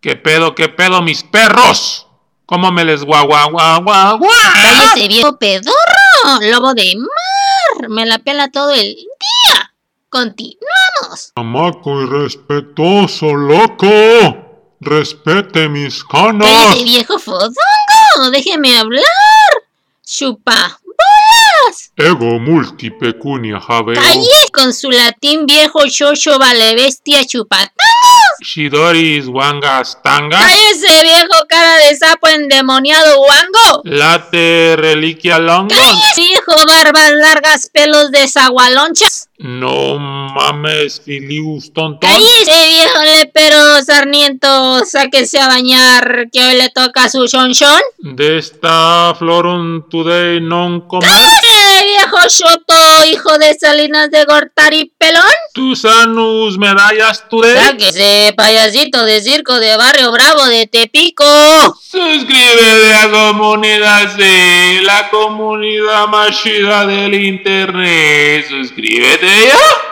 ¿Qué pedo, qué pedo, mis perros? ¿Cómo me les guau, guau, guau, guau, guau? ¡Cállese, viejo pedorro! ¡Lobo de mar! Me la pela todo el día. Continuamos. Chamaco irrespetuoso, loco. Respete mis ¡Cállese, canas. viejo fodongo! ¡Déjeme hablar! ¡Chupa bolas! Ego multipecunia javeo. ¡Calles con su latín viejo chocho vale bestia chupatán! Shidoris, wangas, tangas. ¡Cállese, viejo cara de sapo endemoniado guango! Late, reliquia, longa. ¡Cállese, viejo barbas largas, pelos de zagualonchas! No mames, Filius, tonto. ¡Cállese, viejo lepero sarniento! ¡Sáquese a bañar, que hoy le toca su chonchón! De esta florum today non ¡Ah! comer. ¡Cállese, ¡Eh, viejo choto, hijo de Salinas de Gortari Pelón! Tus anus medallas today. ¡Sáquese, payasito de circo de Barrio Bravo de Tepico! Suscríbete a Comunidad C, la comunidad más chida del internet. Suscríbete ya.